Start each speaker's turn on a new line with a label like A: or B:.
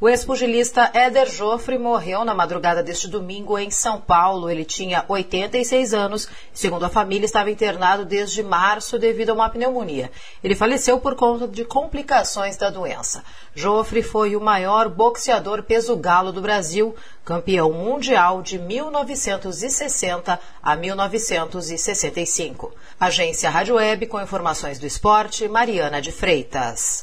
A: O ex-pugilista Éder Joffre morreu na madrugada deste domingo em São Paulo. Ele tinha 86 anos. Segundo a família, estava internado desde março devido a uma pneumonia. Ele faleceu por conta de complicações da doença. Joffre foi o maior boxeador peso galo do Brasil, campeão mundial de 1960 a 1965. Agência Rádio Web com informações do esporte, Mariana de Freitas.